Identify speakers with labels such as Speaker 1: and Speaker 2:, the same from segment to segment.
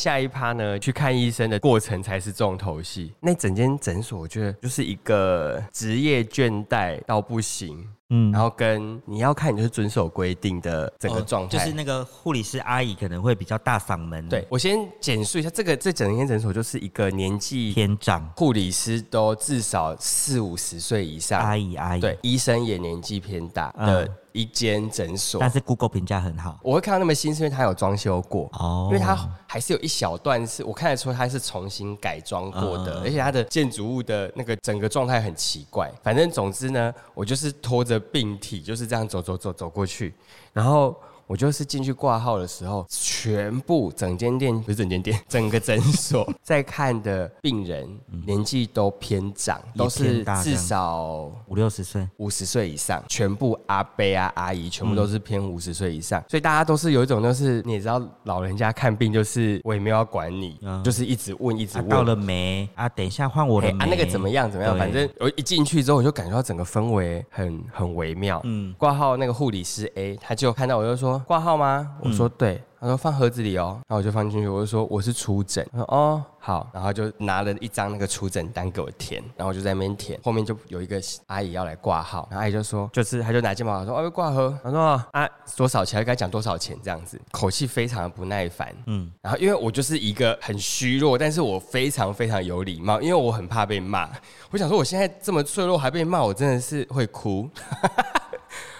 Speaker 1: 下一趴呢，去看医生的过程才是重头戏。那整间诊所，我觉得就是一个职业倦怠到不行，
Speaker 2: 嗯，
Speaker 1: 然后跟你要看你就是遵守规定的整个状态、
Speaker 3: 哦就是那个护理师阿姨可能会比较大嗓门，
Speaker 1: 对，我先简述一下，这个这整间诊所就是一个年纪
Speaker 3: 偏长
Speaker 1: 护理师都至少四五十岁以上，
Speaker 3: 阿姨阿
Speaker 1: 啊
Speaker 3: 姨，
Speaker 1: 对，，医生也年纪偏大的一间诊所。
Speaker 3: 嗯但是 Google 评价很好
Speaker 1: 我会看到那么新，是因为它有装修过，
Speaker 3: 哦
Speaker 1: 因为它还是有一小段是我看得出它是重新改装过
Speaker 3: 嗯
Speaker 1: 的，而且它的建筑物的那个整个状态很奇怪。反正总之呢，我就是拖着病体就是这样走走走走过去，然后。我就是进去挂号的时候，全部整间店不是整间店， 整个诊所 在看的病人年纪都偏长，
Speaker 3: 也
Speaker 1: 都是
Speaker 3: 嗯偏大
Speaker 1: 至
Speaker 3: 这样
Speaker 1: 少
Speaker 3: 五六十岁，
Speaker 1: 五十岁以上，全部阿伯啊阿姨，
Speaker 3: 嗯
Speaker 1: 全部都是偏五十岁以上，所以大家都是有一种，就是你也知道，老人家看病就是我也没有要管你，
Speaker 3: 嗯
Speaker 1: 就是一直问一直
Speaker 3: 啊
Speaker 1: 问。
Speaker 3: 到了没啊？等一下换我
Speaker 1: 嘿
Speaker 3: 了没
Speaker 1: 啊，那个怎么样？怎么样？
Speaker 3: 对
Speaker 1: 反正我一进去之后，我就感觉到整个氛围很很微妙。嗯，挂号那个护理师 A，他就看到我就说挂号吗？我说对。他说放盒子里哦，然后我就放进去，我就说我是出诊，他说哦好，然后就拿了一张那个出诊单给我填，然后我就在那边填，后面就有一个阿姨要来挂号，然后阿姨就说就是，她就拿肩膀说哦要挂盒，她说啊多少钱，跟她讲多少钱这样子，口气非常的不耐烦，嗯，然后因为我就是一个很虚弱，但是我非常非常有礼貌，因为我很怕被骂，我想说我现在这么脆弱还被骂，我真的是会哭。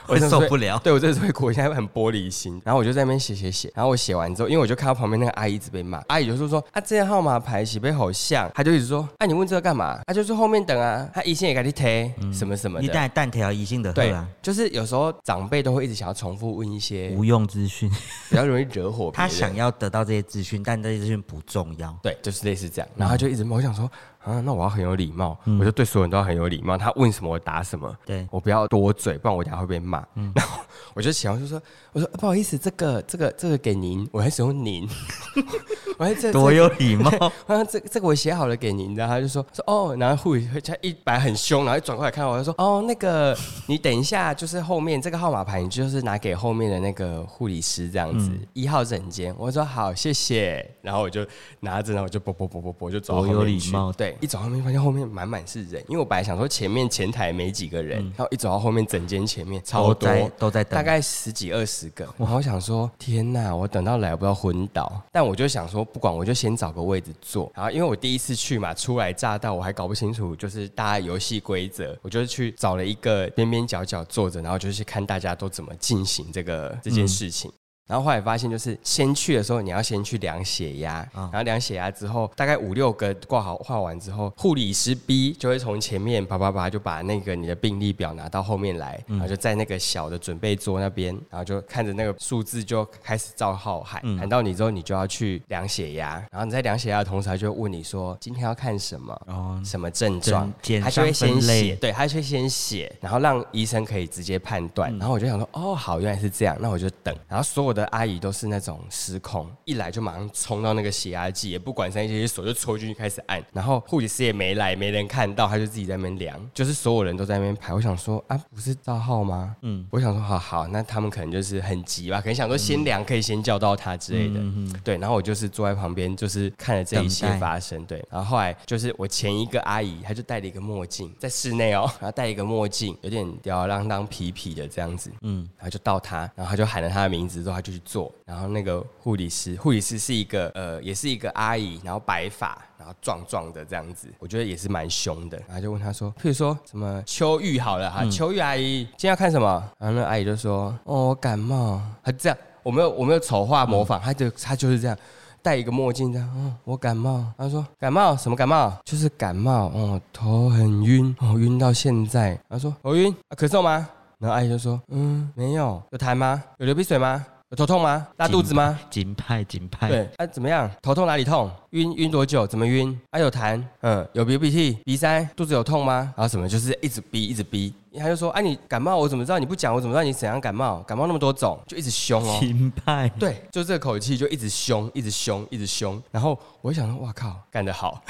Speaker 3: 会受不了
Speaker 1: 对我真的是会哭，我现在很玻璃心。然后我就在那边写写写，然后我写完之后，因为我就看到旁边那个阿姨一直被骂，阿姨就说说啊，这些号码牌洗被好像，她就一直说，啊你问这个干嘛？她就说后面等啊，她医生也给你贴、什么什么
Speaker 3: 嗯你
Speaker 1: 的。
Speaker 3: 带蛋条一性的喝
Speaker 1: 对
Speaker 3: 啊，，
Speaker 1: 就是有时候长辈都会一直想要重复问一些
Speaker 3: 无用资讯，
Speaker 1: 比较容易惹火别
Speaker 3: 他
Speaker 1: 人。
Speaker 3: 想要得到这些资讯，但这些资讯不重要。
Speaker 1: 对，就是类似这样。嗯然后他就一直骂我想说啊，那我要很有礼貌，我就对所有人都要很有礼貌。他问什么我答什么，
Speaker 3: 对
Speaker 1: 我不要多嘴，不然我等下会被骂。 然后我就起床就说，我说、啊不好意思，这个这个这个给您，我还使用您， 我还这
Speaker 3: 多有礼貌！
Speaker 1: 然后这这个我写好了给您，然后他就说说哦，然后护理他一摆很凶，然后一转过来看我，他说哦，那个你等一下，就是后面这个号码牌，你就是拿给后面的那个护理师这样子，
Speaker 3: 嗯
Speaker 1: 一、号诊间。我说好，谢谢。然后我就拿着，然后我就啵啵啵啵啵就走到
Speaker 3: 多有
Speaker 1: 后面去
Speaker 3: 礼貌
Speaker 1: 对，一走到后面发现后面满满是人，因为我本来想说前面前台没几个人，
Speaker 3: 嗯
Speaker 1: 然后一走到后面整间前面 超
Speaker 3: 都
Speaker 1: 多
Speaker 3: 在都在等
Speaker 1: 大概十几二十个。我好想说，天呐，我等到来我不要昏倒。但我就想说，不管，我就先找个位置坐。然后因为我第一次去嘛，初来乍到，我还搞不清楚就是大家游戏规则，我就去找了一个边边角角坐着，然后就去看大家都怎么进行这个这件事情。然后后来发现，就是先去的时候，你要先去量血压，
Speaker 3: 啊
Speaker 1: 然后量血压之后，大概五六个挂好画完之后，护理师 B 就会从前面叭叭叭就把那个你的病历表拿到后面来，
Speaker 3: 嗯
Speaker 1: 然后就在那个小的准备桌那边，然后就看着那个数字就开始照号喊，
Speaker 3: 嗯
Speaker 1: 喊到你之后，你就要去量血压，然后你在量血压的同时，他就会问你说今天要看什么，
Speaker 3: 哦
Speaker 1: 什么症状
Speaker 3: 简，
Speaker 1: 他就会
Speaker 3: 简
Speaker 1: 先
Speaker 3: 单分类
Speaker 1: 写，对，他就会先写，然后让医生可以直接判断。然后我就想说，哦，好，原来是这样，那我就等。然后所有的阿姨都是那种失控，一来就马上冲到那个血压计，也不管三七二十一手就戳进去开始按。然后护理师也没来，没人看到，他就自己在那边量，就是所有人都在那边排。我想说，啊，不是赵浩吗？嗯，我想说，好好，那他们可能就是很急吧，可能想说先量可以先叫到他之类的。对，然后我就是坐在旁边，就是看着这一切
Speaker 3: 等待
Speaker 1: 发生。对，然后后来就是我前一个阿姨，她就戴了一个墨镜，在室内哦， 然后戴一个墨镜，有点吊儿郎当、痞痞的这样子。嗯，然后就到她，然后她就喊了她的名字之后，她就去做。然后那个护理师，护理师是一个呃，也是一个阿姨，然后白发，然后壮壮的这样子，我觉得也是蛮凶的。然后就问她说，譬如说什么秋玉好了哈，啊秋玉阿姨今天要看什么？然后那阿姨就说，哦，我感冒。她这样，我没有我没有丑化模仿，她就她就是这样。戴一个墨镜这样，嗯，我感冒。他说感冒什么感冒？就是感冒，哦，头很晕，哦，晕到现在。他说我晕、啊咳嗽吗？然后阿姨就说，嗯，没有，有痰吗？有流鼻水吗？有头痛吗？拉肚子吗？
Speaker 3: 金派金派，
Speaker 1: 对，啊，怎么样？头痛哪里痛？晕晕多久？怎么晕？啊，有痰，嗯，有流鼻涕、鼻塞，肚子有痛吗？然后什么，就是一直逼，一直逼。他就说：“哎、你感冒，我怎么知道你不讲？我怎么知道你怎样感冒？感冒那么多种，就一直凶哦。”
Speaker 3: 秦派，
Speaker 1: 对，就这口气就一直凶，一直凶，一直凶。然后我就想说，哇靠，干得好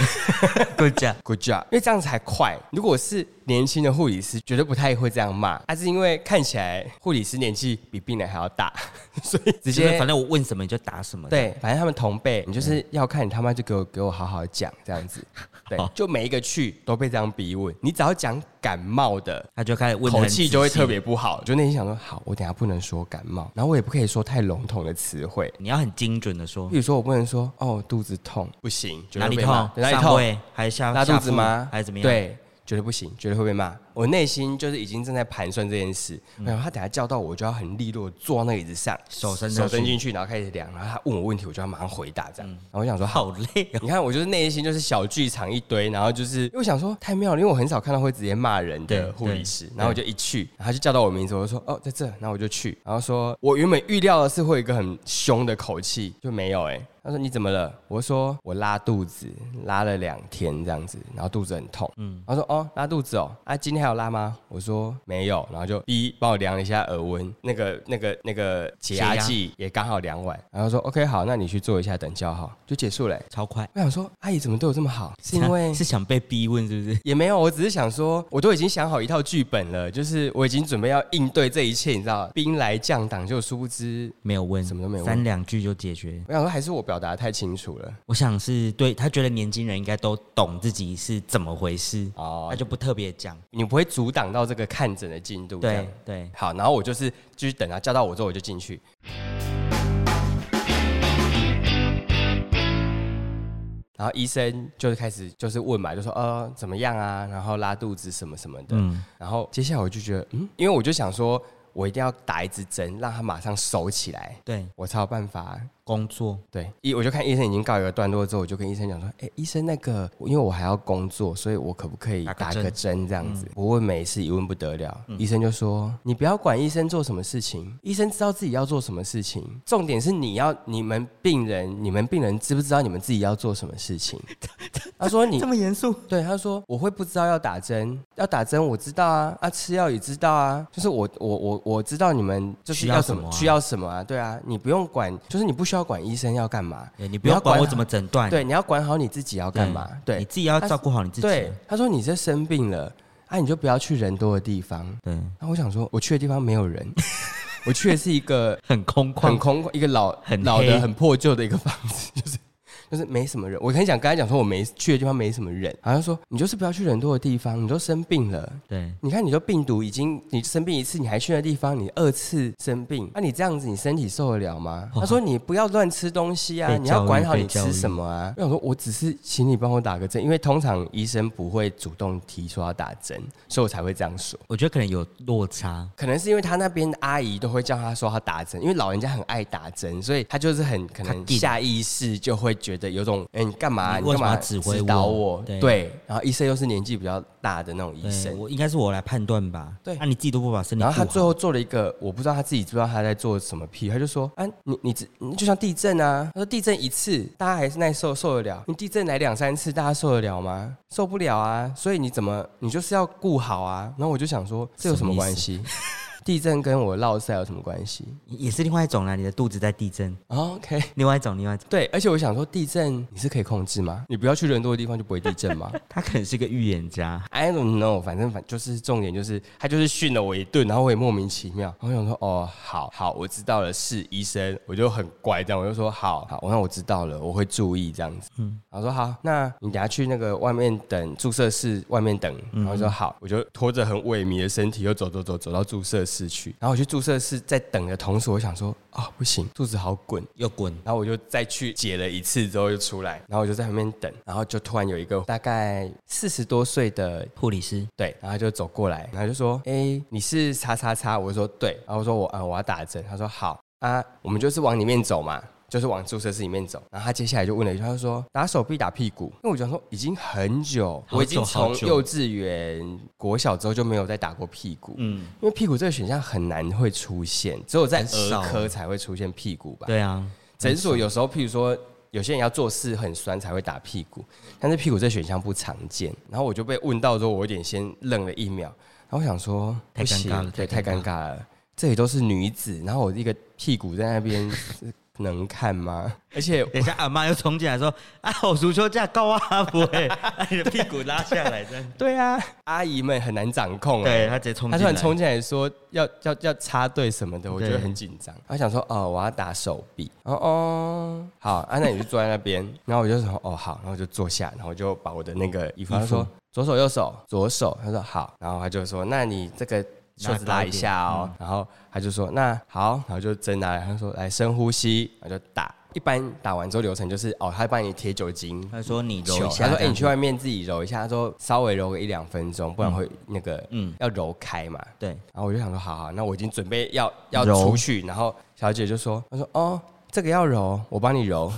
Speaker 3: 够讲，
Speaker 1: ，good job，因为这样才快。如果是年轻的护理师，绝对不太会这样骂，啊但是因为看起来护理师年纪比病人还要大， 所以直
Speaker 3: 直接
Speaker 1: 接
Speaker 3: 反正嗯我问什么你就答什么。，
Speaker 1: 对，反正他们同辈，你就是要看你他妈就给我给我好好讲这样 子。对
Speaker 3: 好，
Speaker 1: 就每一个去都被这样逼问，你只要讲感冒的。
Speaker 3: 他就开始问，
Speaker 1: 口气就会特。别不好，就内心想说，好，我等一下不能说感冒，然后我也不可以说太笼统的词汇，
Speaker 3: 你要很精准的说
Speaker 1: 比，如说，我不能说哦，肚子痛，不行，绝
Speaker 3: 哪
Speaker 1: 对
Speaker 3: 里
Speaker 1: 会被
Speaker 3: 痛
Speaker 1: 骂，哪里
Speaker 3: 上
Speaker 1: 痛，
Speaker 3: 位还是下
Speaker 1: 拉肚
Speaker 3: 下
Speaker 1: 子
Speaker 3: 腹
Speaker 1: 吗？
Speaker 3: 还是怎么样？，
Speaker 1: 对，绝对不行，绝对会被骂。我内心就是已经正在盘算这件事，然后他等下叫到我，我就要很利落地坐到那个椅子上，
Speaker 3: 嗯手伸
Speaker 1: 手
Speaker 3: 上去嗯
Speaker 1: 伸进去，然后开始量，然后他问我问题，我就要马上回答这样。然后我想说，好，
Speaker 3: 好累 哦。
Speaker 1: 你看，我就是内心就是小剧场一堆，然后就是因为我想说太妙了，因为我很少看到会直接骂人
Speaker 3: 对
Speaker 1: 的护理师
Speaker 3: 对，
Speaker 1: 然后我就一去，然后他就叫到我名字，我就说哦在这，然后我就去，然后说我原本预料的是会有一个很凶的口气，就没有哎、他说你怎么了？我说我拉肚子，拉了两天这样子，然后肚子很痛。嗯，他说哦拉肚子哦，啊今天还有拉吗？我说没有，然后就一帮我量了一下耳温，那个那个那个解压
Speaker 3: 血压
Speaker 1: 计也刚好量完，然后说 OK 好，那你去做一下，等叫号就结束了欸、
Speaker 3: 超快，
Speaker 1: 我想说，阿姨怎么对我这么好？ 是因为
Speaker 3: 是想被逼问是不是？
Speaker 1: 也没有，我只是想说，我都已经想好一套剧本了，就是我已经准备要应对这一切，你知道，兵来将挡，就殊不知。
Speaker 3: 没有问，
Speaker 1: 什么都没有问
Speaker 3: 三两句就解决。
Speaker 1: 我想说，还是我表达得太清楚了
Speaker 3: 我想是对他觉得年轻人应该都懂自己是怎么回事，他
Speaker 1: 哦，
Speaker 3: 就不特别讲。
Speaker 1: 你不会阻挡到这个看诊的进度，这样
Speaker 3: 对对，
Speaker 1: 好，然后我就是继续等他叫到我之后，我就进去。然后医生就是开始就是问嘛，就说呃怎么样啊，然后拉肚子什么什么的。
Speaker 3: 嗯
Speaker 1: 然后接下来我就觉得嗯，因为我就想说我一定要打一支针，让他马上收起来，
Speaker 3: 对，
Speaker 1: 我才有办法
Speaker 3: 工作
Speaker 1: 对，医我就看医生已经告一个段落之后，我就跟医生讲说，哎、医生那个，因为我还要工作，所以我可不可以
Speaker 3: 打个
Speaker 1: 打
Speaker 3: 针
Speaker 1: 个针嗯这样子？我问每一次一问不得了，医生就说，你不要管医生做什么事情，医生知道自己要做什么事情，重点是你要你们病人，你们病人知不知道你们自己要做什么事情？他说你
Speaker 3: 这么严肃，
Speaker 1: 对，他说我会不知道要打针，要打针我知道啊，啊吃药也知道啊，就是我我我我知道你们就是
Speaker 3: 需要
Speaker 1: 要
Speaker 3: 什
Speaker 1: 什
Speaker 3: 么
Speaker 1: 么
Speaker 3: 啊
Speaker 1: 需要什么啊，对啊，你不用管，就是你不需要管医生要干嘛，
Speaker 3: 对哎你不要管我怎么诊断，
Speaker 1: 对，你要管好你自己要干嘛，对
Speaker 3: 你自己要照顾好你自己。
Speaker 1: 对，他说你这生病了，啊你就不要去人多的地方，
Speaker 3: 对，
Speaker 1: 那、我想说我去的地方没有人， 我去的是一个
Speaker 3: 很空
Speaker 1: 很
Speaker 3: 旷，
Speaker 1: 空一个老
Speaker 3: 很
Speaker 1: 老
Speaker 3: 黑
Speaker 1: 的很破旧的一个房子， 就是就是没什么人。我很想跟他讲说，我没去的地方没什么人，好像说你就是不要去人多的地方，你都生病了。
Speaker 3: 对，
Speaker 1: 你看，你都病毒已经，你生病一次，你还去那地方，你二次生病，那、你这样子，你身体受得了吗？他说你不要乱吃东西啊
Speaker 3: 哦被，
Speaker 1: 你要管
Speaker 3: 教育
Speaker 1: 好你
Speaker 3: 被教
Speaker 1: 吃
Speaker 3: 育
Speaker 1: 什么啊。我想说，我只是请你帮我打个针，因为通常医生不会主动提说要打针，所以我才会这样说。
Speaker 3: 我觉得可能有落差，
Speaker 1: 可能是因为他那边的阿姨都会叫他说他打针，因为老人家很爱打针，所以他就是很可
Speaker 3: 他
Speaker 1: 能
Speaker 3: 定
Speaker 1: 下意识就会觉得有种，哎、你干嘛？
Speaker 3: 你
Speaker 1: 你
Speaker 3: 为什
Speaker 1: 干
Speaker 3: 么要
Speaker 1: 嘛
Speaker 3: 指挥我
Speaker 1: 导我？
Speaker 3: 对
Speaker 1: 对，然后医生又是年纪比较大的那种医
Speaker 3: 对
Speaker 1: 生，
Speaker 3: 我应该是我来判断吧。
Speaker 1: 对
Speaker 3: 那你自己都不把身体
Speaker 1: 然后
Speaker 3: 顾
Speaker 1: 他
Speaker 3: 好，
Speaker 1: 最后做了一个，我不知道他自己知不知道他在做什么屁，他就说：“啊，你你只你就像地震啊，他说地震一次大家还是耐受受得了，你地震来两三次大家受得了吗？受不了啊，所以你怎么你就是要顾好啊。”然后我就想说，这有什么
Speaker 3: 什么意
Speaker 1: 关
Speaker 3: 思
Speaker 1: 系？地震跟我落塞有什么关系
Speaker 3: 也是另外一种啦。你的肚子在地震，
Speaker 1: 哦？OK，
Speaker 3: 另外一种，另外一种，
Speaker 1: 对，而且我想说，地震你是可以控制吗？你不要去人多的地方就不会地震吗
Speaker 3: 他可能是个预言家。
Speaker 1: ？I don't know，反正反就是重点就是他就是训了我一顿，然后我也莫名其妙。然后我想说，哦，好好，我知道了，是医生，我就很乖这样，我就说好好，我那我知道了，我会注意这样子。嗯，然后说好，那你等下去那个外面等注射室外面等，然后说好，我就拖着很萎靡的身体又走走走走到注射室去。然后我去注射室在等的同时，我想说啊、不行，肚子好滚，
Speaker 3: 又滚，
Speaker 1: 然后我就再去解了一次之后就出来，然后我就在旁边等，然后就突然有一个大概四十多岁的。
Speaker 3: 护理师，
Speaker 1: 对，然后他就走过来，然后就说：“哎、你是叉叉叉？”我就说：“对。”然后我说我：“啊、我要打针。”他说：“好啊，我们就是往里面走嘛，就是往注射室里面走。”然后他接下来就问了一句：“他就说打手臂打屁股？”因为我就想说已经很久，
Speaker 3: 好久
Speaker 1: 我已经
Speaker 3: 好
Speaker 1: 从
Speaker 3: 久
Speaker 1: 幼稚园、国小之后就没有再打过屁股，
Speaker 3: 嗯，
Speaker 1: 因为屁股这个选项很难会出现，只有在
Speaker 3: 很少
Speaker 1: 儿科才会出现屁股吧？
Speaker 3: 对啊，
Speaker 1: 诊所有时候，譬如说，有些人要做事很酸才会打屁股，但是屁股这选项不常见。然后我就被问到之后，我有点先愣了一秒，然后我想说，
Speaker 3: 太
Speaker 1: 不行
Speaker 3: 尴尬了
Speaker 1: 对，
Speaker 3: 太
Speaker 1: 太
Speaker 3: 尴
Speaker 1: 尴尬了。这里都是女子，然后我一个屁股在那边 是能看吗？而且
Speaker 3: 等一下，阿妈又冲进来说：“ 啊，我足球架高啊，不 会，把你的屁股拉下来。”这样，
Speaker 1: 对啊，阿姨们很难掌控、
Speaker 3: 对
Speaker 1: 欸。
Speaker 3: 他直接冲
Speaker 1: 她
Speaker 3: 进
Speaker 1: 突
Speaker 3: 来，
Speaker 1: 然冲进来说要要要插队什么的，我觉得
Speaker 3: 对
Speaker 1: 很紧张。她想说哦，我要打手臂。哦哦，好，啊，那你就坐在那 边。然后我就说哦好，然后我就坐下，然后我就把我的那个衣服，
Speaker 3: 衣服
Speaker 1: 她说左手右手左手，她说好，然后她就说那你这个袖子拉一下哦，然后她就说那好，然后就真拿来，她说来深呼吸，然后就打。一般打完之后流程就是哦，她帮你贴酒精，
Speaker 3: 他说：“你
Speaker 1: 球
Speaker 3: 揉一
Speaker 1: 他
Speaker 3: 下。”
Speaker 1: 说：“哎、你去外面自己揉一下。”他说：“稍微揉个一两分钟，不然会那个，嗯
Speaker 3: 嗯，
Speaker 1: 要揉开嘛。
Speaker 3: 对，”
Speaker 1: 然后我就想说：“好好，那我已经准备要要
Speaker 3: 揉
Speaker 1: 出去。”然后小姐就说：“她说哦，这个要揉，我帮你揉。”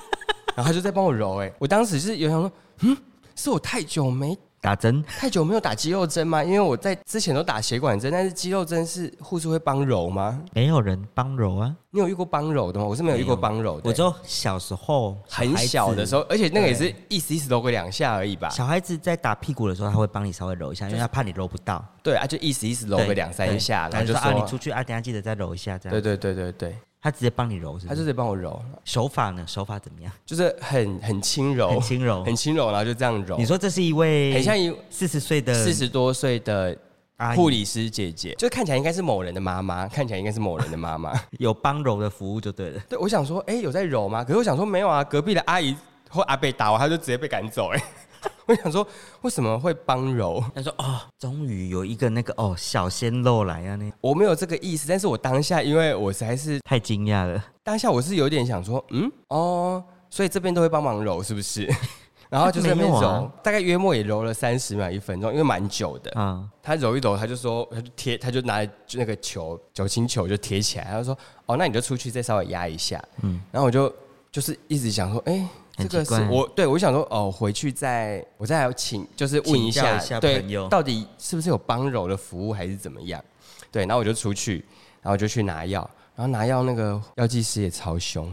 Speaker 1: 然后她就在帮我揉、哎，我当时是有想说，嗯，是我太久没
Speaker 3: 打针
Speaker 1: 太久没有打肌肉针吗？因为我在之前都打血管针，但是肌肉针是护士会帮揉吗？
Speaker 3: 没有人帮揉啊。
Speaker 1: 你有遇过帮揉的吗？我是没有遇过帮揉的、欸
Speaker 3: 我就小时候
Speaker 1: 很小的时
Speaker 3: 候，
Speaker 1: 候，而且那个也是一时一时揉个两下而已吧。
Speaker 3: 小孩子在打屁股的时候，他会帮你稍微揉一下，因为他怕你揉不到，
Speaker 1: 对啊，就意思意思揉
Speaker 3: 对
Speaker 1: 个两三
Speaker 3: 对
Speaker 1: 下，然
Speaker 3: 他
Speaker 1: 后就
Speaker 3: 说：“
Speaker 1: 说，
Speaker 3: 啊，你出去啊，等一下记得再揉一下。”这
Speaker 1: 对
Speaker 3: 样，嗯
Speaker 1: 对对对对，
Speaker 3: 他直接帮你揉，是
Speaker 1: 他
Speaker 3: 不？
Speaker 1: 就是得帮我揉，
Speaker 3: 手法呢？手法怎么样？
Speaker 1: 就是很很轻柔，
Speaker 3: 很轻柔
Speaker 1: 很轻柔，然后就这样揉。
Speaker 3: 你说这是一位
Speaker 1: 很像一
Speaker 3: 四十岁的
Speaker 1: 四十多岁的
Speaker 3: 阿
Speaker 1: 护
Speaker 3: 姨
Speaker 1: 理师姐姐，就看起来应该是某人的妈妈，看起来应该是某人的 妈妈。
Speaker 3: 有帮揉的服务就对了。
Speaker 1: 对，我想说，哎、有在揉吗？可是我想说没有啊，隔壁的阿姨或阿伯打我，他就直接被赶走、哎， 我想说为什么会帮揉？
Speaker 3: 他说：“哦，终于有一个那个哦小鲜肉来啊！”那
Speaker 1: 我没有这个意思，但是我当下因为我实在是
Speaker 3: 太惊讶了。
Speaker 1: 当下我是有点想说，嗯，哦，所以这边都会帮忙揉，是不是？ 然后就在那边
Speaker 3: 没有
Speaker 1: 揉
Speaker 3: 啊，
Speaker 1: 大概约莫也揉了三十秒一分钟，因为蛮久的。
Speaker 3: 啊，
Speaker 1: 他揉一揉，他就说，他就贴，他就拿就那个球酒精球就贴起来，他就说，哦，那你就出去再稍微压一下。嗯，然后我就就是一直想说，哎、这
Speaker 3: 很
Speaker 1: 个
Speaker 3: 奇
Speaker 1: 是
Speaker 3: 怪
Speaker 1: 我对我想说，哦，回去再我再请，就是问一下，
Speaker 3: 请教一下朋
Speaker 1: 对，
Speaker 3: 友
Speaker 1: 到底是不是有帮揉的服务还是怎么样？对，然后我就出去，然后就去拿药，然后拿药那个药剂师也超凶，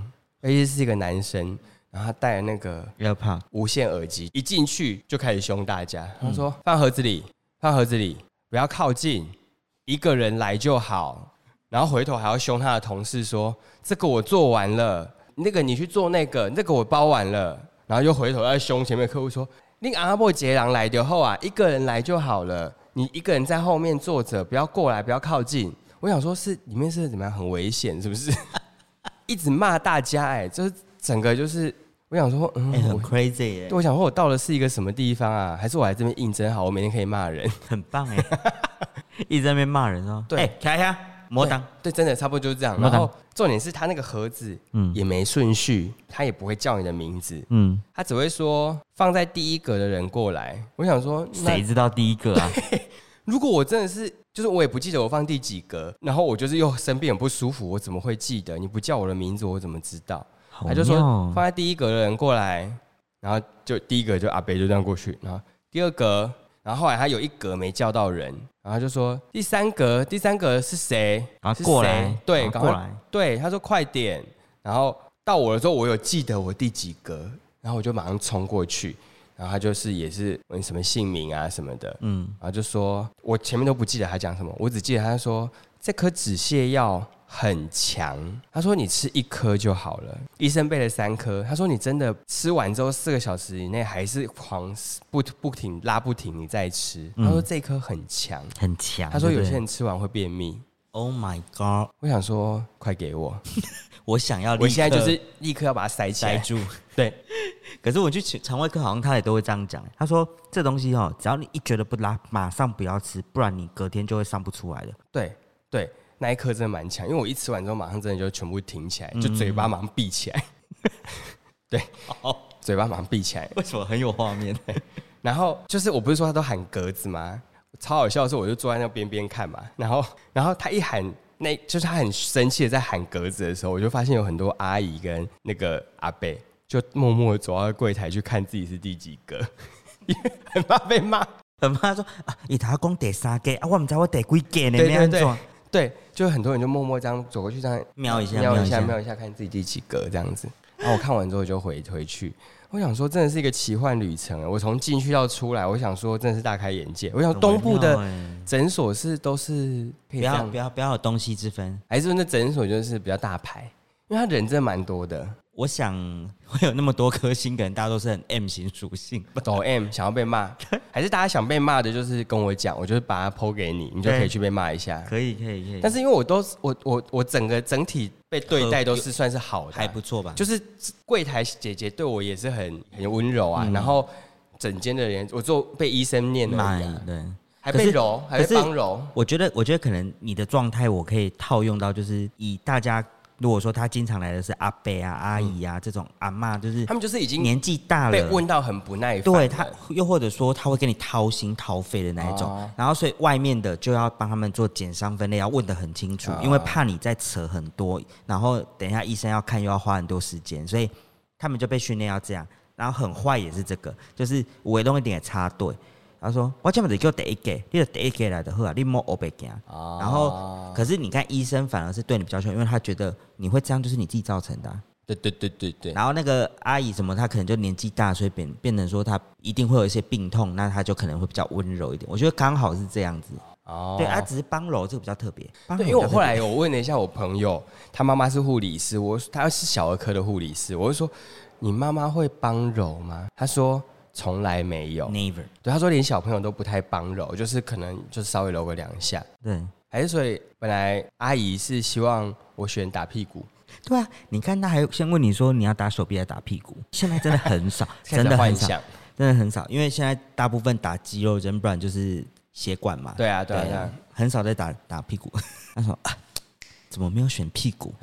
Speaker 1: 药剂师是一个男生，然后他戴了那个
Speaker 3: 要怕
Speaker 1: 无线耳机，一进去就开始凶大家。他说：“放盒子里，放盒子里，不要靠近，一个人来就好。”然后回头还要凶他的同事说：“这个我做完了，那个你去做那个，那个我包完了。”然后又回头要凶前面客户说：“你阿伯杰郎来的后啊，一个人来就好了，你一个人在后面坐着，不要过来，不要靠近。”我想说是，里面是怎么样，很危险，是 不是？一直骂大家、哎，就是整个就是，我想说，嗯，
Speaker 3: 哎、
Speaker 1: 我
Speaker 3: 很 crazy 耶、
Speaker 1: 对，我想说，我到的是一个什么地方啊？还是我来这边应征好？我每天可以骂人。
Speaker 3: 很棒哎、一直在那边骂人哦。
Speaker 1: 对
Speaker 3: 哎，开呀，魔挡，
Speaker 1: 对，真的差不多就是这样。
Speaker 3: 那
Speaker 1: 然
Speaker 3: 当
Speaker 1: 后重点是他那个盒子，嗯，也没顺序，他也不会叫你的名字，
Speaker 3: 嗯，
Speaker 1: 他只会说放在第一格的人过来。我想说，那
Speaker 3: 谁知道第一个啊？
Speaker 1: 如果我真的是，就是我也不记得我放第几格，然后我就是又生病很不舒服，我怎么会记得？你不叫我的名字，我怎么知道？
Speaker 3: 好
Speaker 1: 他就说
Speaker 3: 妙哦
Speaker 1: 放在第一格的人过来，然后就第一格就阿北就这样过去，然后第二格，然后后来他有一格没叫到人，然后他就说第三格，第三格是谁？
Speaker 3: 然
Speaker 1: 是
Speaker 3: 后啊过来
Speaker 1: 谁，对，
Speaker 3: 然后
Speaker 1: 赶
Speaker 3: 过
Speaker 1: 快，
Speaker 3: 来，
Speaker 1: 对，他说快点，然后到我的时候，我有记得我第几格，然后我就马上冲过去，然后他就是也是问什么姓名啊什么的，
Speaker 3: 嗯，
Speaker 1: 然后就说，我前面都不记得他讲什么，我只记得他说这颗止泻药很强，他说你吃一颗就好了，医生备了三颗，他说你真的吃完之后四个小时以内还是狂不不停拉不停，你再吃，
Speaker 3: 嗯
Speaker 1: 他说这颗很强，
Speaker 3: 很强。
Speaker 1: 他说有些
Speaker 3: 对不对
Speaker 1: 人吃完会便秘，
Speaker 3: ，Oh my God，
Speaker 1: 我想说快给我，
Speaker 3: 我想 要立刻
Speaker 1: 我现在就是立刻要把它塞起
Speaker 3: 塞
Speaker 1: 来，
Speaker 3: 住。
Speaker 1: 对，
Speaker 3: 可是我去肠胃科，好像他也都会这样讲。他说这东西哦，只要你一觉得不拉，马上不要吃，不然你隔天就会上不出来的。
Speaker 1: 对对，那一刻真的蛮强，因为我一吃完之后马上真的就全部挺起来，就
Speaker 3: 嗯
Speaker 1: 嘴巴马上闭起来， 对，
Speaker 3: 哦
Speaker 1: 嘴巴马上闭起来。
Speaker 3: 为什么很有画面？
Speaker 1: 然后就是我不是说他都喊格子吗？超好笑的是，我就坐在那边边看嘛，然后然后他一喊。那就是他很生气的在喊格子的时候，我就发现有很多阿姨跟那个阿伯就默默的走到柜台去看自己是第几格， 因为很怕被骂。
Speaker 3: 很怕说啊，你头讲第三个啊，我唔知我第几个呢？
Speaker 1: 对
Speaker 3: 你
Speaker 1: 对
Speaker 3: 要安怎
Speaker 1: 对对，就很多人就默默这样走过去，这样
Speaker 3: 瞄一下
Speaker 1: 瞄
Speaker 3: 瞄
Speaker 1: 一
Speaker 3: 一
Speaker 1: 下，
Speaker 3: 下
Speaker 1: 瞄一下，看自己第几格这样子。然后我看完之后就回回去，我想说真的是一个奇幻旅程啊！我从进去到出来，我想说真的是大开眼界。
Speaker 3: 哦
Speaker 1: 我想东部
Speaker 3: 很
Speaker 1: 的
Speaker 3: 妙欸
Speaker 1: 诊所是都是可以
Speaker 3: 不
Speaker 1: 这
Speaker 3: 要
Speaker 1: 样
Speaker 3: 不，要不要有东西之分。
Speaker 1: 还是说那诊所就是比较大牌，因为他人真的蛮多的。
Speaker 3: 我想会有那么多颗星，可能大家都是很 M 型属性吧。
Speaker 1: 抖 M 想要被 骂，还是大家想被骂的，就是跟我讲，我就是把它剖给你，你就可以去被骂一下。
Speaker 3: 可以可以可以，
Speaker 1: 但是因为我都是我我我整个整体被对待都是算是好的啊，
Speaker 3: 还不错吧？
Speaker 1: 就是柜台姐姐对我也是很很温柔
Speaker 3: 嗯
Speaker 1: 啊，然后整间的人，我就被医生念了、
Speaker 3: 买
Speaker 1: 啊，
Speaker 3: 对。
Speaker 1: 还
Speaker 3: 可
Speaker 1: 被
Speaker 3: 是
Speaker 1: 揉，还
Speaker 3: 可
Speaker 1: 被
Speaker 3: 是
Speaker 1: 帮揉，
Speaker 3: 我觉得，我觉得可能你的状态我可以套用到，就是以大家如果说他经常来的是阿伯啊、阿姨啊、这种阿嬷，就是
Speaker 1: 他们就是已经
Speaker 3: 年纪大
Speaker 1: 被
Speaker 3: 了。
Speaker 1: 问到很不耐烦了，
Speaker 3: 对他，又或者说他会跟你掏心掏肺的那一种，
Speaker 1: 哦
Speaker 3: 然后所以外面的就要帮他们做减伤分类，要问得很清楚，
Speaker 1: 哦
Speaker 3: 因为怕你再扯很多，然后等一下医生要看又要花很多时间，所以他们就被训练要这样。然后很坏也是这个，就是围弄一点插队，然后说我这么就叫第一个，你就第一个来的好啊，你莫我白行。
Speaker 1: 哦
Speaker 3: 然后可是你看医生反而是对你比较凶，因为他觉得你会这样就是你自己造成的啊、
Speaker 1: 对对对对对，
Speaker 3: 然后那个阿姨什么，她可能就年纪大，所以变变成说她一定会有一些病痛，那她就可能会比较温柔一点。我觉得刚好是这样子，
Speaker 1: 哦
Speaker 3: 对，啊她只是帮柔这个比较特别。帮柔
Speaker 1: 对，因为我后来我问了一下我朋友，他妈妈是护理师，我他是小儿科的护理师，我就说你妈妈会帮揉吗？他说从来没有，
Speaker 3: never
Speaker 1: 对，他说连小朋友都不太帮揉，就是可能就稍微揉个两下，
Speaker 3: 对
Speaker 1: 还是所以本来阿姨是希望我选打屁股，
Speaker 3: 对啊，你看她还先问你说你要打手臂还是打屁股，现在真的很少，
Speaker 1: 开始
Speaker 3: 真的
Speaker 1: 幻
Speaker 3: 很少，
Speaker 1: 想，
Speaker 3: 真的很少，因为现在大部分打肌肉针，不然就是血管嘛。
Speaker 1: 对啊对啊对啊，
Speaker 3: 很少在打打屁股。她说啊，怎么没有选屁股？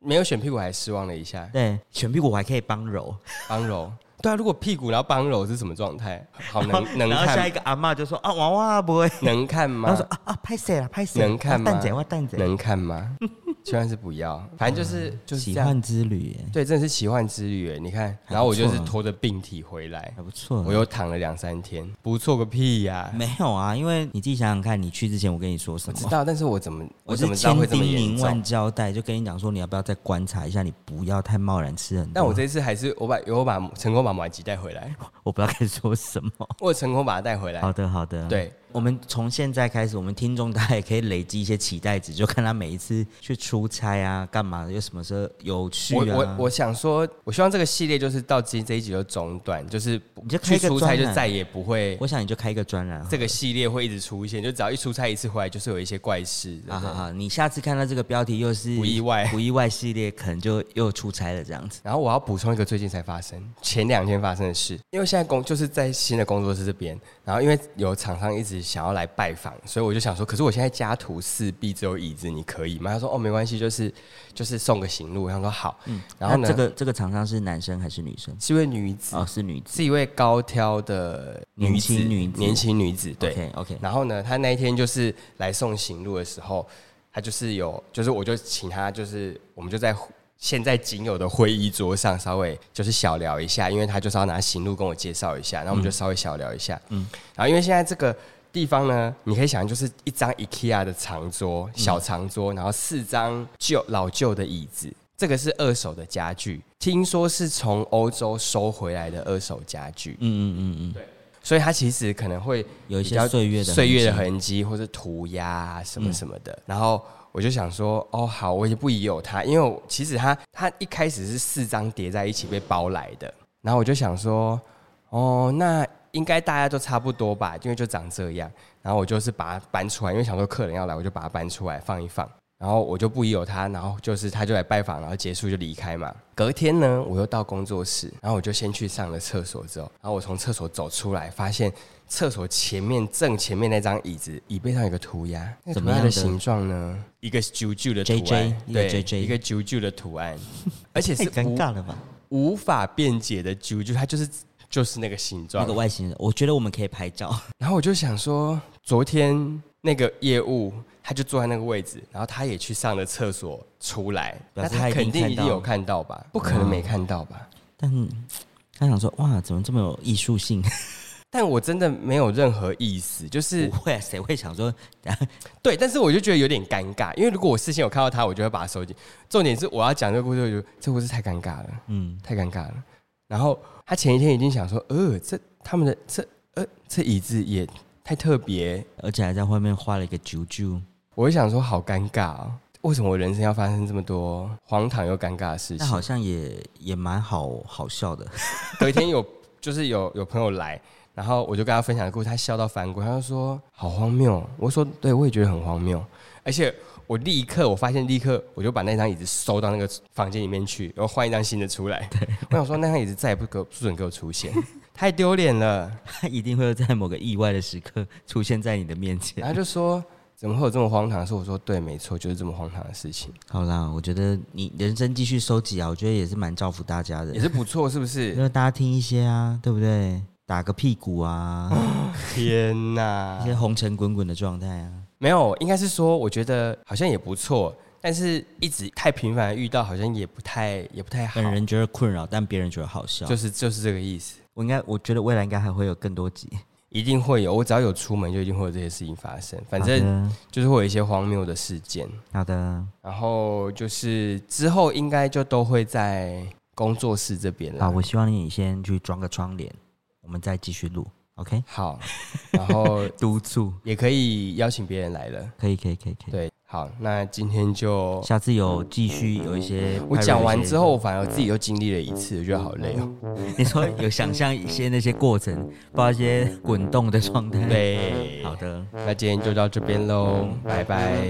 Speaker 1: 没有选屁股还失望了一下，
Speaker 3: 对，选屁股我还可以帮柔。
Speaker 1: 帮揉。对啊，如果屁股然后帮揉是什么状态？好
Speaker 3: 然
Speaker 1: 能
Speaker 3: 后
Speaker 1: 能
Speaker 3: 然后下
Speaker 1: 看
Speaker 3: 一个阿嬷就说啊，娃娃 不会。
Speaker 1: 能看
Speaker 3: 然后
Speaker 1: 吗
Speaker 3: 说？啊啊，拍谁了？拍谁？啊
Speaker 1: 能看吗
Speaker 3: 蛋仔，我蛋仔。
Speaker 1: 能看吗？千万是不要，反正就是就是
Speaker 3: 嗯奇
Speaker 1: 这样。
Speaker 3: 幻之旅耶，
Speaker 1: 对，真的是奇幻之旅欸耶！你看，
Speaker 3: 还
Speaker 1: 然后
Speaker 3: 不
Speaker 1: 我就是
Speaker 3: 错啊嗯
Speaker 1: 拖着病体回来，
Speaker 3: 还不错。啊
Speaker 1: 我又躺了两三天，不错个屁呀、
Speaker 3: 没有啊？因为你自己想想看，你去之前我跟你说什
Speaker 1: 我知
Speaker 3: 么？
Speaker 1: 道，但是我怎么我
Speaker 3: 是
Speaker 1: 怎么知道
Speaker 3: 千
Speaker 1: 会这
Speaker 3: 叮
Speaker 1: 么严
Speaker 3: 咛万
Speaker 1: 重？
Speaker 3: 交代，就跟你讲说，你要不要再观察一下，你不要太贸然吃很多。
Speaker 1: 但我这次还是我把我把成功把麻吉带回来，
Speaker 3: 我不知道该说什么。
Speaker 1: 我成功把它带回来
Speaker 3: 好。的，好的。，
Speaker 1: 对，
Speaker 3: 我们从现在开始，我们听众大家也可以累积一些期待值，就看他每一次去出差啊，干嘛的，有什么时候有趣
Speaker 1: 我
Speaker 3: 啊。
Speaker 1: 我我想说，我希望这个系列就是到今这一集就中断，就是不
Speaker 3: 你就开
Speaker 1: 去
Speaker 3: 一个
Speaker 1: 出差
Speaker 3: 专
Speaker 1: 就
Speaker 3: 栏
Speaker 1: 再也不会
Speaker 3: 我想你就开一个专栏好了，啊
Speaker 1: 这个系列会一直出现，就只要一出差一次回来，就是有一些怪事。
Speaker 3: 啊
Speaker 1: 啊
Speaker 3: 好好，你下次看到这个标题又是
Speaker 1: 不意外
Speaker 3: 不意外系列，可能就又出差了这样子。
Speaker 1: 然后我要补充一个最近才发生，前两天发生的事。因为现在工就是在新的工作室这边，然后因为有厂商一直想要来拜访，所以我就想说，可是我现在家徒四壁，只有椅子，你可以吗？他说哦，没关系，就是就是送个行路。我想说好，然后
Speaker 3: 嗯
Speaker 1: 呢，嗯
Speaker 3: 那这个这个厂商是男生还是女生？
Speaker 1: 是一位女子，
Speaker 3: 哦，是女子。
Speaker 1: 是一位高挑的女子
Speaker 3: 年轻女子
Speaker 1: 年轻女子，对。
Speaker 3: OK OK，
Speaker 1: 然后呢，她那一天就是来送行路的时候，她就是有，就是我就请她，就是我们就在现在仅有的会议桌上稍微就是小聊一下，因为她就是要拿行路跟我介绍一下，然后我们就稍微小聊一下。嗯，然后因为现在这个。地方呢，你可以想象就是一张 IKEA 的长桌，小长桌，然后四张旧老旧的椅子，这个是二手的家具，听说是从欧洲收回来的二手家具，
Speaker 3: 嗯嗯嗯嗯，
Speaker 1: 所以它其实可能会
Speaker 3: 有一
Speaker 1: 比较
Speaker 3: 些岁月的
Speaker 1: 岁月的
Speaker 3: 痕迹嗯
Speaker 1: 痕迹，或是涂鸦、啊、什么什么的。然后我就想说，哦，好，我也不疑有他，因为我其实他他一开始是四张叠在一起被包来的，然后我就想说，哦，那应该大家都差不多吧，因为就长这样。然后我就是把它搬出来，因为想说客人要来，我就把它搬出来放一放。然后我就不疑有他，然后就是他就来拜访，然后结束就离开嘛。隔天呢，我又到工作室，然后我就先去上了厕所，之后，然后我从厕所走出来，发现厕所前面正前面那张椅子椅背上有个涂鸦，那个
Speaker 3: 怎
Speaker 1: 涂
Speaker 3: 么
Speaker 1: 鸦
Speaker 3: 样
Speaker 1: 的
Speaker 3: 的
Speaker 1: 形状呢？一个啾啾的图
Speaker 3: JJ
Speaker 1: 案，
Speaker 3: 一个
Speaker 1: 对
Speaker 3: JJ
Speaker 1: 一个啾啾的图 案，而且
Speaker 3: 太
Speaker 1: 是
Speaker 3: 哎尴
Speaker 1: 无
Speaker 3: 尬了吧？
Speaker 1: 无法辩解的啾啾，它就是就是那个形状
Speaker 3: 那个。外星人，我觉得我们可以拍照。
Speaker 1: 然后我就想说，昨天那个业务他就坐在那个位置，然后他也去上了厕所出来，
Speaker 3: 表
Speaker 1: 那
Speaker 3: 示他一定
Speaker 1: 肯定
Speaker 3: 看
Speaker 1: 一定
Speaker 3: 到
Speaker 1: 有看到吧？不可能没看到吧？
Speaker 3: 但他想说，哇，怎么这么有艺术性？
Speaker 1: 但我真的没有任何意思，就是
Speaker 3: 不会、啊，谁会想说？
Speaker 1: 对，但是我就觉得有点尴尬，因为如果我事先有看到他，我就会把他收进。重点是我要讲这个故事，我就觉得这故事太尴尬了，
Speaker 3: 嗯，
Speaker 1: 太尴尬了。然后他前一天已经想说，呃，这他们的这呃这椅子也太特别，
Speaker 3: 而且还在外面画了一个啾啾。
Speaker 1: 我会想说好尴尬哦，为什么我人生要发生这么多荒唐又尴尬的事
Speaker 3: 那
Speaker 1: 情？
Speaker 3: 好像也也蛮好好笑的。
Speaker 1: 有一天有就是有有朋友来，然后我就跟他分享的故事，他笑到翻滚，他就说好荒谬哦。我说对，我也觉得很荒谬，而且我立刻我发现立刻我就把那张椅子收到那个房间里面去，然后换一张新的出来。我想说那张椅子再也不给我不准给我出现，太丢脸了。
Speaker 3: 他一定会在某个意外的时刻出现在你的面前
Speaker 1: 然。后就说。怎么会有这么荒唐的事？我说对，没错，就是这么荒唐的事情，
Speaker 3: 好啦，我觉得你人生继续收集啊，我觉得也是蛮造福大家的
Speaker 1: 也，是不错，是不
Speaker 3: 因
Speaker 1: 是？
Speaker 3: 为大家听一些啊，对不对？打个屁股啊，
Speaker 1: 天哪
Speaker 3: 一！些红尘滚滚的状态啊，
Speaker 1: 没有，应该是说，我觉得好像也不错，但是一直太频繁地遇到，好像也不太也不太好
Speaker 3: 本。人觉得困扰，但别人觉得好笑。
Speaker 1: 就是就是这个意思，
Speaker 3: 我应该，我觉得未来应该还会有更多集。
Speaker 1: 一定会有。我只要有出门，就一定会有这些事情发生。反
Speaker 3: 好
Speaker 1: 正
Speaker 3: 的
Speaker 1: 就是会有一些荒谬的事件，
Speaker 3: 好的，
Speaker 1: 然后就是之后应该就都会在工作室这边
Speaker 3: 好，
Speaker 1: 了。
Speaker 3: 我希望你先去装个窗帘，我们再继续录，OK？
Speaker 1: 好，然后
Speaker 3: 督促，
Speaker 1: 也可以邀请别人来了。
Speaker 3: 可以，可以，可以，可以。
Speaker 1: 对，好，那今天就
Speaker 3: 下次有继续有一些，
Speaker 1: 我讲完之后，我反而自己又经历了一次，我觉得好累哦。
Speaker 3: 你说有想象一些那些过程，包括一些滚动的状态。，
Speaker 1: 对，
Speaker 3: 嗯好的。
Speaker 1: 那今天就到这边喽，拜拜。